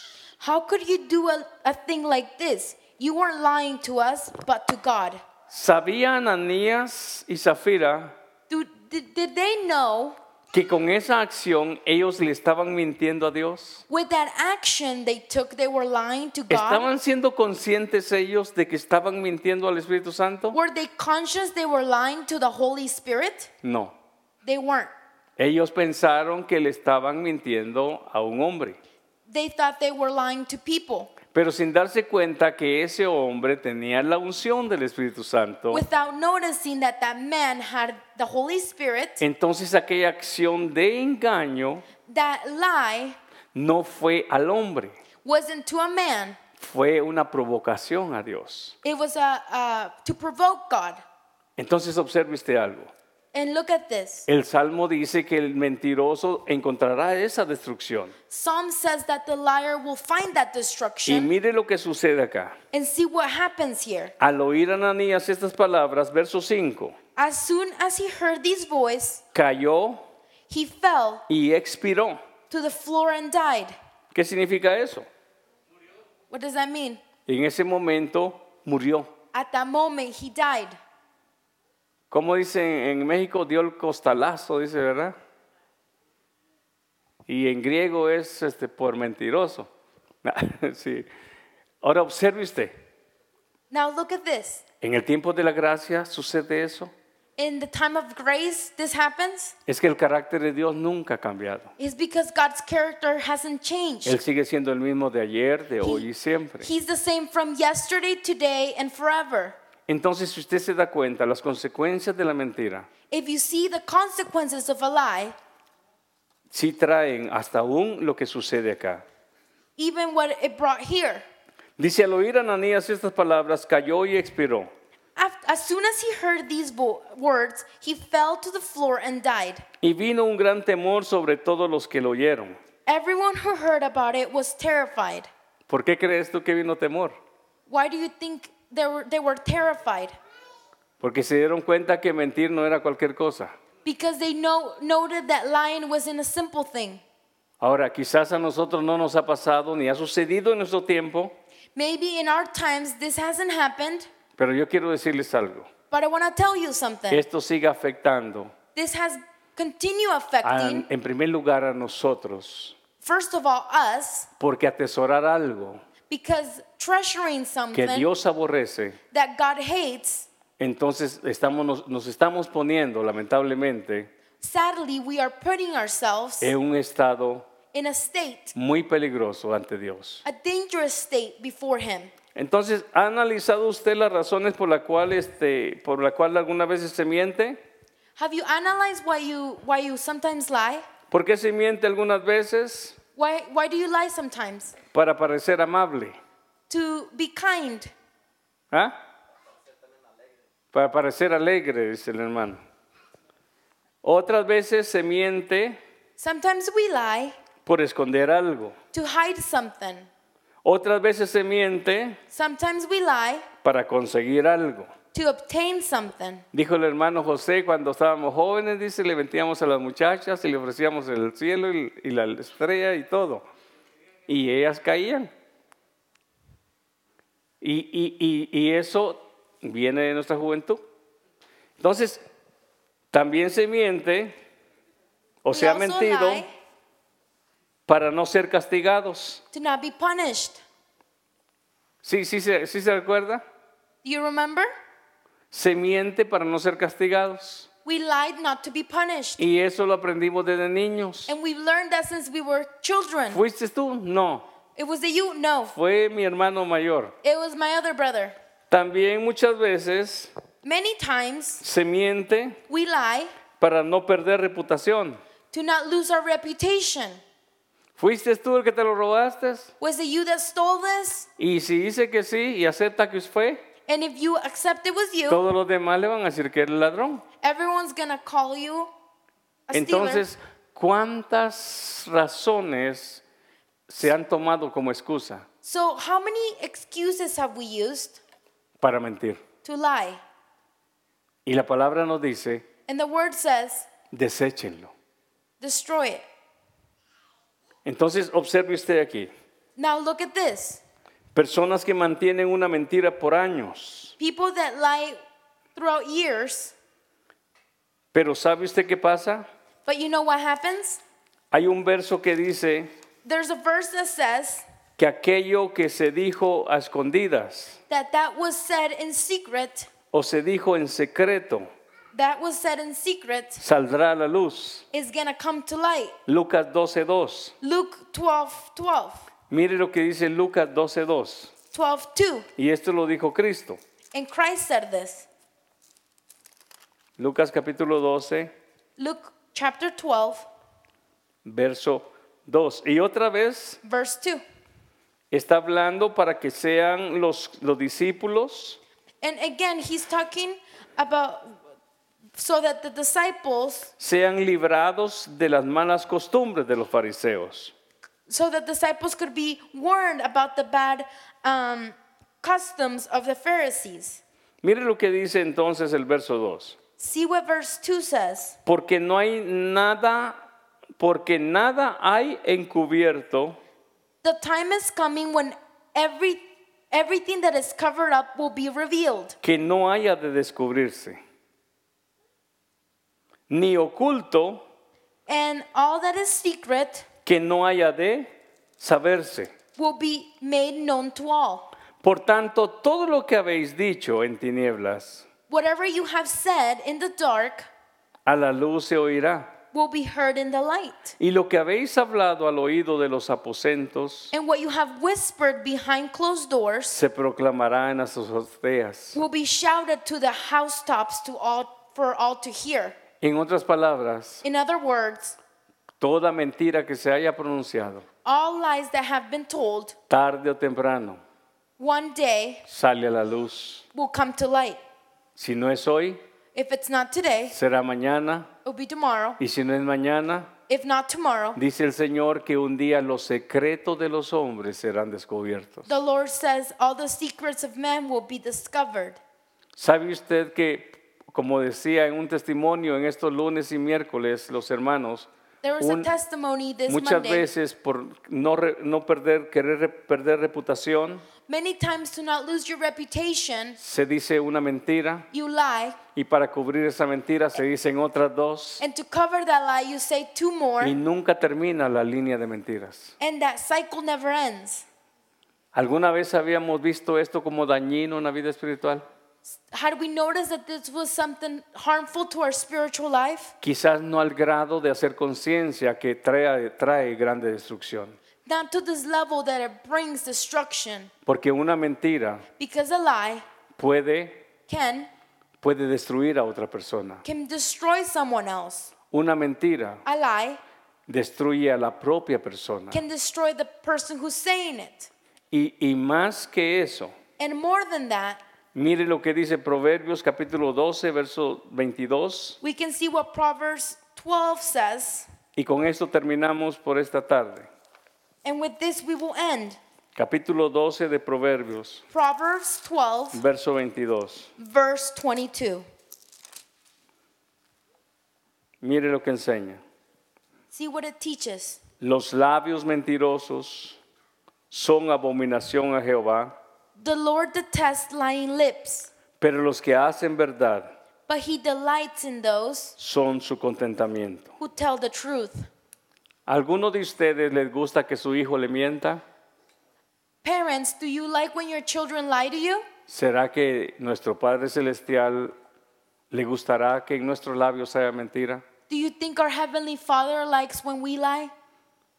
Speaker 2: how could you do a, a thing like this? You weren't lying to us, but to God.
Speaker 1: ¿Sabía Ananías y Zafira
Speaker 2: Do, did, did they know
Speaker 1: que con esa acción ellos le estaban mintiendo a Dios?
Speaker 2: with that action they took, they were lying to God?
Speaker 1: ¿Estaban siendo conscientes ellos de que estaban mintiendo al Espíritu Santo?
Speaker 2: Were they conscious they were lying to the Holy Spirit?
Speaker 1: No.
Speaker 2: They weren't.
Speaker 1: Ellos pensaron que le estaban mintiendo a un hombre,
Speaker 2: They thought they were lying to people
Speaker 1: pero sin darse cuenta que ese hombre tenía la unción del Espíritu Santo.
Speaker 2: without noticing that that man had the Holy Spirit.
Speaker 1: Entonces aquella acción de engaño
Speaker 2: That lie
Speaker 1: no fue al hombre,
Speaker 2: wasn't to a man.
Speaker 1: fue una provocación a Dios.
Speaker 2: It was a, a, to provoke God.
Speaker 1: Entonces observe usted algo.
Speaker 2: And look at this.
Speaker 1: El salmo dice que el mentiroso encontrará esa destrucción.
Speaker 2: Psalm says that the liar will find that
Speaker 1: Y
Speaker 2: destruction
Speaker 1: mire lo que sucede acá.
Speaker 2: and see what happens here.
Speaker 1: Al oír Ananías estas palabras, verso 5,
Speaker 2: As soon as he heard these voice,
Speaker 1: cayó
Speaker 2: he fell
Speaker 1: y expiró.
Speaker 2: to the floor and died.
Speaker 1: ¿Qué significa eso?
Speaker 2: What does that mean?
Speaker 1: En ese momento murió.
Speaker 2: At that moment, he died.
Speaker 1: Como dicen en México, dio el costalazo, dice, ¿verdad? Y en griego es este, por mentiroso. sí. Ahora observe usted,
Speaker 2: Now look at this.
Speaker 1: en el tiempo de la gracia sucede eso.
Speaker 2: In the time of grace, this happens.
Speaker 1: Es que el carácter de Dios nunca ha cambiado.
Speaker 2: It's because God's character hasn't changed.
Speaker 1: Él sigue siendo el mismo de ayer, de hoy
Speaker 2: He-
Speaker 1: y siempre.
Speaker 2: He's the same from yesterday, today, and forever.
Speaker 1: Entonces, si usted se da cuenta, las consecuencias de la mentira
Speaker 2: If you see the consequences of a lie,
Speaker 1: sí traen hasta aún lo que sucede acá.
Speaker 2: even what it brought here.
Speaker 1: Dice, al oír Ananías estas palabras, cayó y expiró.
Speaker 2: Af- As soon as he heard these wo- words, he fell to the floor and died.
Speaker 1: Y vino un gran temor sobre todos los que lo oyeron.
Speaker 2: Everyone who heard about it was terrified.
Speaker 1: ¿Por qué crees tú que vino temor?
Speaker 2: Why do you think they were, they were terrified?
Speaker 1: Porque se dieron cuenta que mentir no era cualquier cosa.
Speaker 2: Because they know, noted that lying wasn't a simple thing.
Speaker 1: Ahora, quizás a nosotros no nos ha pasado ni ha sucedido en nuestro tiempo,
Speaker 2: Maybe in our times this hasn't happened,
Speaker 1: pero yo quiero decirles algo.
Speaker 2: but I want to tell you something.
Speaker 1: Esto sigue afectando,
Speaker 2: This has continued
Speaker 1: a-
Speaker 2: affecting,
Speaker 1: en primer lugar, a nosotros,
Speaker 2: first of all, us,
Speaker 1: porque atesorar algo
Speaker 2: Because treasuring something
Speaker 1: que Dios aborrece,
Speaker 2: that God hates,
Speaker 1: entonces estamos, nos, nos estamos poniendo, lamentablemente,
Speaker 2: sadly, we are putting ourselves
Speaker 1: en un estado
Speaker 2: in a state,
Speaker 1: muy peligroso ante Dios.
Speaker 2: a dangerous state before Him.
Speaker 1: Entonces, ¿ha analizado usted las razones por la cual, este, por la cual algunas veces se miente?
Speaker 2: Have you analyzed why you, why you sometimes lie?
Speaker 1: ¿Por qué se miente algunas veces?
Speaker 2: Why, why do you lie sometimes?
Speaker 1: Para parecer amable.
Speaker 2: To be kind,
Speaker 1: ¿Ah? Para parecer alegre, dice el hermano. Otras veces se miente
Speaker 2: sometimes we lie
Speaker 1: por esconder algo.
Speaker 2: to hide something.
Speaker 1: Otras veces se miente
Speaker 2: Sometimes we lie
Speaker 1: para conseguir algo.
Speaker 2: to obtain something.
Speaker 1: Dijo el hermano José cuando estábamos jóvenes, dice, le mentíamos a las muchachas y le ofrecíamos el cielo y, y la estrella y todo. Y ellas caían. Y, y- y- y eso viene de nuestra juventud. Entonces, también se miente o
Speaker 2: We
Speaker 1: se ha
Speaker 2: also
Speaker 1: mentido
Speaker 2: lie
Speaker 1: para no ser castigados.
Speaker 2: to not be punished.
Speaker 1: Sí, sí, se- sí se recuerda.
Speaker 2: Do you remember?
Speaker 1: Se miente para no ser castigados.
Speaker 2: We lied not to be punished.
Speaker 1: Y eso lo aprendimos desde niños.
Speaker 2: And we've learned that since we were children.
Speaker 1: ¿Fuiste tú? No,
Speaker 2: It was the you? No.
Speaker 1: fue mi hermano mayor.
Speaker 2: It was my other brother.
Speaker 1: También muchas veces
Speaker 2: Many times
Speaker 1: se miente
Speaker 2: we lie
Speaker 1: para no perder reputación.
Speaker 2: to not lose our reputation.
Speaker 1: ¿Fuiste tú el que te lo robaste?
Speaker 2: Was it you that stole this?
Speaker 1: Y si dice que sí y acepta que fue,
Speaker 2: And if you accept it was you,
Speaker 1: todos los demás le van a decir que es el ladrón.
Speaker 2: everyone's gonna call you a stealer.
Speaker 1: Entonces, ¿cuántas razones se han tomado como excusa
Speaker 2: So, how many excuses have we used
Speaker 1: para mentir?
Speaker 2: to lie?
Speaker 1: Y la palabra nos dice,
Speaker 2: And the word says,
Speaker 1: deséchenlo.
Speaker 2: destroy it.
Speaker 1: Entonces, observe usted aquí.
Speaker 2: Now, look at this
Speaker 1: Personas que mantienen una mentira por años.
Speaker 2: people that lie throughout years,
Speaker 1: Pero ¿sabe usted qué pasa?
Speaker 2: but you know what happens?
Speaker 1: Hay un verso que dice
Speaker 2: There's a verse that says
Speaker 1: que aquello que se dijo a escondidas
Speaker 2: that that was said in secret
Speaker 1: o se dijo en secreto
Speaker 2: that was said in secret
Speaker 1: saldrá a la luz.
Speaker 2: is going to come to light.
Speaker 1: Lucas 12:2.
Speaker 2: Luke 12, 12,
Speaker 1: Mire lo que dice Lucas 12:2.
Speaker 2: 12, 2.
Speaker 1: Y esto lo dijo Cristo.
Speaker 2: And Christ said this.
Speaker 1: Lucas capítulo 12,
Speaker 2: Luke chapter 12,
Speaker 1: verso 2. Y otra vez
Speaker 2: verse 2.
Speaker 1: está hablando para que sean los, los discípulos
Speaker 2: And again, he's talking about so that the disciples,
Speaker 1: sean librados de las malas costumbres de los fariseos.
Speaker 2: so that disciples could be warned about the bad um, customs of the Pharisees.
Speaker 1: Mire lo que dice entonces el verso 2.
Speaker 2: See what verse 2 says.
Speaker 1: Porque no hay nada, porque nada hay encubierto
Speaker 2: The time is coming when every, everything that is covered up will be revealed.
Speaker 1: que no haya de descubrirse, ni oculto
Speaker 2: And all that is secret
Speaker 1: que no haya de saberse.
Speaker 2: will be made known to all.
Speaker 1: Por tanto, todo lo que habéis dicho en tinieblas,
Speaker 2: Whatever you have said in the dark
Speaker 1: a la luz se oirá.
Speaker 2: will be heard in the light.
Speaker 1: Y lo que habéis hablado al oído de los aposentos,
Speaker 2: And what you have whispered behind closed doors
Speaker 1: se proclamará en las azoteas.
Speaker 2: will be shouted to the housetops to all, for all to hear.
Speaker 1: En otras palabras,
Speaker 2: In other words,
Speaker 1: toda mentira que se haya pronunciado,
Speaker 2: all lies that have been told
Speaker 1: tarde o temprano,
Speaker 2: one day
Speaker 1: sale a la luz.
Speaker 2: will come to light.
Speaker 1: Si no es hoy,
Speaker 2: If it's not today,
Speaker 1: será mañana.
Speaker 2: it'll be tomorrow.
Speaker 1: Y si no es mañana,
Speaker 2: If not tomorrow,
Speaker 1: dice el Señor que un día los secretos de los hombres serán descubiertos.
Speaker 2: the Lord says all the secrets of man will be discovered.
Speaker 1: ¿Sabe usted que, como decía en un testimonio en estos lunes y miércoles, los hermanos,
Speaker 2: There was
Speaker 1: un-
Speaker 2: a testimony this
Speaker 1: muchas
Speaker 2: Monday.
Speaker 1: veces por no, re- no perder, querer re- perder reputación,
Speaker 2: Many times to not lose your reputation,
Speaker 1: se dice una mentira
Speaker 2: you lie,
Speaker 1: y para cubrir esa mentira se dicen otras dos
Speaker 2: and to cover that lie, you say two more,
Speaker 1: y nunca termina la línea de mentiras.
Speaker 2: and that cycle never ends.
Speaker 1: ¿Alguna vez habíamos visto esto como dañino en la vida espiritual?
Speaker 2: Had we noticed that this was something harmful to our spiritual life?
Speaker 1: Quizás no al grado de hacer conciencia que trae, trae grande destrucción.
Speaker 2: Not to this level that it brings destruction,
Speaker 1: Porque una mentira
Speaker 2: because a lie
Speaker 1: puede,
Speaker 2: can
Speaker 1: puede destruir a otra persona.
Speaker 2: can destroy someone else.
Speaker 1: Una mentira
Speaker 2: A lie
Speaker 1: destruye a la propia persona.
Speaker 2: can destroy the person who's saying it.
Speaker 1: Y, y más que eso,
Speaker 2: And more than that,
Speaker 1: mire lo que dice Proverbios capítulo 12, verso 22.
Speaker 2: we can see what Proverbs 12 says,
Speaker 1: Y con esto terminamos por esta tarde.
Speaker 2: and with this we will end.
Speaker 1: Capítulo 12 de Proverbios,
Speaker 2: Proverbs 12,
Speaker 1: verso 22.
Speaker 2: verse 22.
Speaker 1: Mire lo que enseña.
Speaker 2: See what it teaches.
Speaker 1: Los labios mentirosos son abominación a Jehová,
Speaker 2: The Lord detests lying lips,
Speaker 1: pero los que hacen verdad
Speaker 2: but he delights in those
Speaker 1: son su contentamiento.
Speaker 2: who tell the truth.
Speaker 1: ¿Alguno de ustedes les gusta que su hijo le mienta?
Speaker 2: Parents, do you like when your children lie to you?
Speaker 1: ¿Será que nuestro Padre Celestial le gustará que en nuestros labios haya mentira?
Speaker 2: Do you think our Heavenly Father likes when we lie?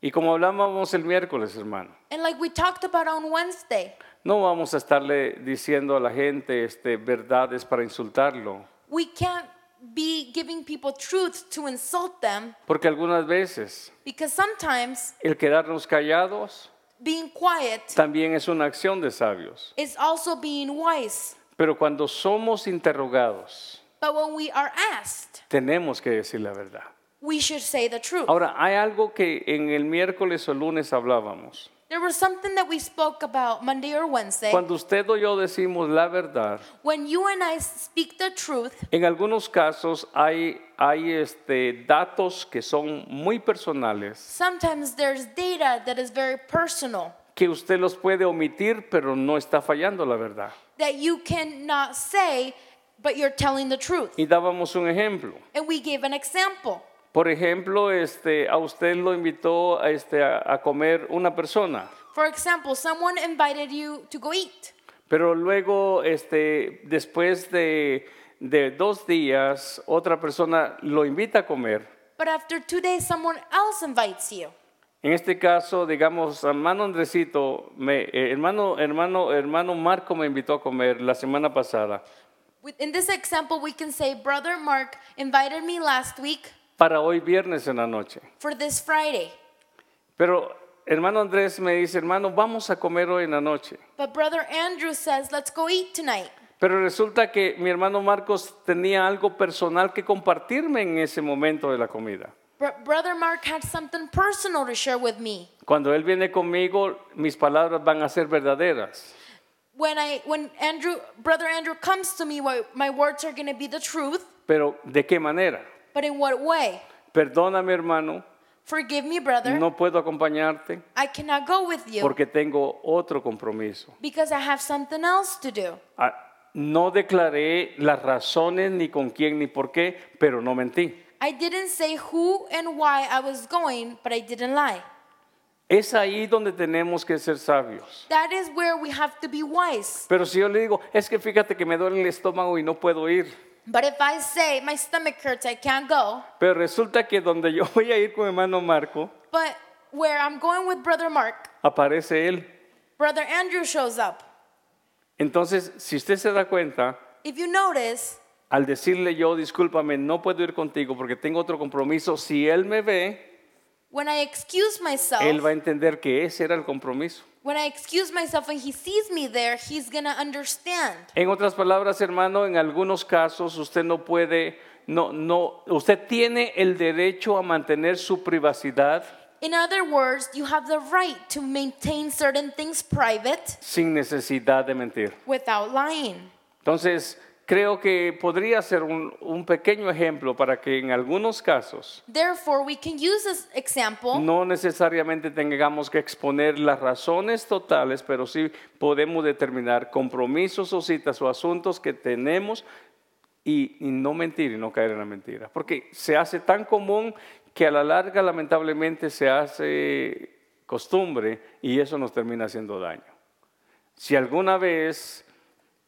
Speaker 1: Y como hablábamos el miércoles, hermano,
Speaker 2: And like we talked about on Wednesday,
Speaker 1: no vamos a estarle diciendo a la gente este, verdades para insultarlo,
Speaker 2: we can't be giving people truth to insult them
Speaker 1: porque algunas veces
Speaker 2: because sometimes
Speaker 1: el quedarnos callados
Speaker 2: being quiet
Speaker 1: también es una acción de sabios.
Speaker 2: is also being wise.
Speaker 1: Pero cuando somos interrogados,
Speaker 2: But when we are asked,
Speaker 1: tenemos que decir la verdad.
Speaker 2: we should say the truth.
Speaker 1: Ahora, hay algo que en el miércoles o lunes hablábamos.
Speaker 2: There was something that we spoke about Monday or Wednesday.
Speaker 1: Cuando usted o yo decimos la verdad,
Speaker 2: When you and I speak the truth,
Speaker 1: en algunos casos hay, hay este, datos que son muy personales,
Speaker 2: sometimes there's data that is very personal
Speaker 1: que usted los puede omitir, pero no está fallando la verdad.
Speaker 2: that you cannot say, but you're telling the truth.
Speaker 1: Y dábamos un ejemplo.
Speaker 2: And we gave an example.
Speaker 1: Por ejemplo, este, a usted lo invitó a, este, a- a comer una persona,
Speaker 2: For example, someone invited you to go eat,
Speaker 1: pero luego, este, después de, de dos días, otra persona lo invita a comer.
Speaker 2: but after two days, someone else invites you.
Speaker 1: En este caso, digamos, hermano Andresito, me- eh, hermano, hermano, hermano Marco me invitó a comer la semana pasada.
Speaker 2: With- In this example, we can say, Brother Mark invited me last week
Speaker 1: para hoy viernes en la noche.
Speaker 2: for this Friday,
Speaker 1: Pero hermano Andrés me dice, hermano, vamos a comer hoy en la noche.
Speaker 2: but Brother Andrew says, Let's go eat tonight.
Speaker 1: Pero resulta que mi hermano Marcos tenía algo personal que compartirme en ese momento de la comida.
Speaker 2: Br- Brother Mark had something personal to share with me.
Speaker 1: Cuando él viene conmigo, mis palabras van a ser verdaderas.
Speaker 2: when I when Andrew brother Andrew comes to me, why- my words are going to be the truth,
Speaker 1: Pero ¿de qué manera?
Speaker 2: but in what way?
Speaker 1: Perdóname hermano,
Speaker 2: Forgive me, brother.
Speaker 1: no puedo acompañarte
Speaker 2: I cannot go with you
Speaker 1: porque tengo otro compromiso.
Speaker 2: because I have something else to do.
Speaker 1: Ah, No declaré las razones ni con quién ni por qué, pero no mentí.
Speaker 2: I didn't say who and why I was going, but I didn't lie.
Speaker 1: Es ahí donde tenemos que ser sabios.
Speaker 2: That is where we have to be wise.
Speaker 1: Pero si yo le digo, es que fíjate que me duele el estómago y no puedo ir.
Speaker 2: But if I say my stomach hurts, I can't go,
Speaker 1: Pero resulta que donde yo voy a ir con mi hermano Marco,
Speaker 2: but where I'm going with brother Mark,
Speaker 1: aparece él.
Speaker 2: brother Andrew shows up.
Speaker 1: Entonces, si usted se da cuenta,
Speaker 2: If you notice,
Speaker 1: al decirle yo, discúlpame, no puedo ir contigo porque tengo otro compromiso, si él me ve,
Speaker 2: when I excuse myself,
Speaker 1: él va a entender que ese era el compromiso.
Speaker 2: When I excuse myself and he sees me there, he's going to understand.
Speaker 1: En otras palabras, hermano, en algunos casos usted no puede, no, no, usted tiene el derecho a mantener su privacidad
Speaker 2: In other words, you have the right to maintain certain things private
Speaker 1: sin necesidad de mentir.
Speaker 2: without lying.
Speaker 1: Entonces, creo que podría ser un, un pequeño ejemplo para que en algunos casos
Speaker 2: Therefore, we can use this example.
Speaker 1: no necesariamente tengamos que exponer las razones totales, pero sí podemos determinar compromisos o citas o asuntos que tenemos y, y no mentir y no caer en la mentira. Porque se hace tan común que a la larga lamentablemente se hace costumbre y eso nos termina haciendo daño. Si alguna vez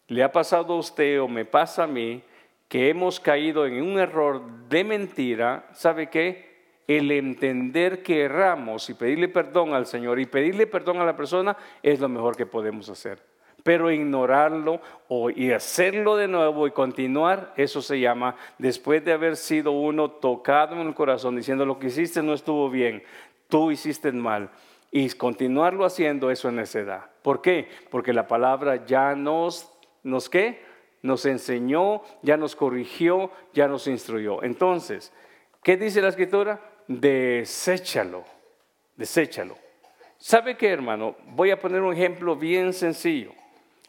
Speaker 1: le ha pasado a usted o me pasa a mí que hemos caído en un error de mentira, ¿sabe qué? El entender que erramos y pedirle perdón al Señor y pedirle perdón a la persona es lo mejor que podemos hacer. Pero ignorarlo o, y hacerlo de nuevo y continuar, eso se llama, después de haber sido uno tocado en el corazón diciendo lo que hiciste no estuvo bien, tú hiciste mal y continuarlo haciendo eso es necedad. ¿Por qué? Porque la palabra ya nos, ¿nos qué? Nos enseñó, ya nos corrigió, ya nos instruyó. Entonces, ¿qué dice la escritura? Deséchalo, deséchalo. ¿Sabe qué, hermano? Voy a poner un ejemplo bien sencillo.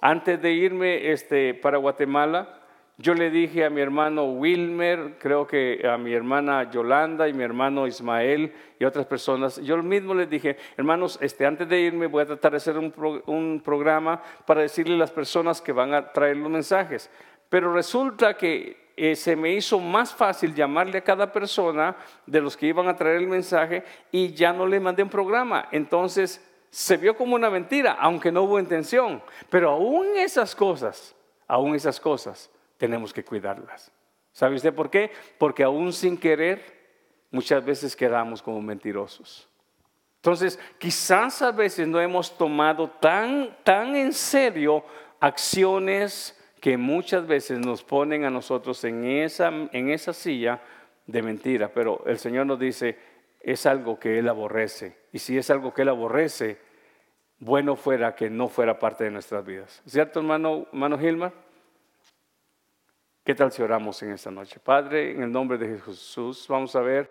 Speaker 1: Antes de irme este, para Guatemala, yo le dije a mi hermano Wilmer, creo que a mi hermana Yolanda y mi hermano Ismael y otras personas, yo mismo les dije, hermanos, este, antes de irme voy a tratar de hacer un, pro- un programa para decirle a las personas que van a traer los mensajes. Pero resulta que eh, se me hizo más fácil llamarle a cada persona de los que iban a traer el mensaje y ya no le mandé un programa. Entonces se vio como una mentira, aunque no hubo intención. Pero aún esas cosas, aún esas cosas, tenemos que cuidarlas. ¿Sabe usted por qué? Porque aún sin querer, muchas veces quedamos como mentirosos. Entonces, quizás a veces no hemos tomado tan, tan en serio acciones que muchas veces nos ponen a nosotros en esa, en esa silla de mentira. Pero el Señor nos dice, es algo que Él aborrece. Y si es algo que Él aborrece, bueno fuera que no fuera parte de nuestras vidas. ¿Cierto, hermano, hermano Gilmar? ¿Qué tal si oramos en esta noche? Padre, en el nombre de Jesús, vamos a ver.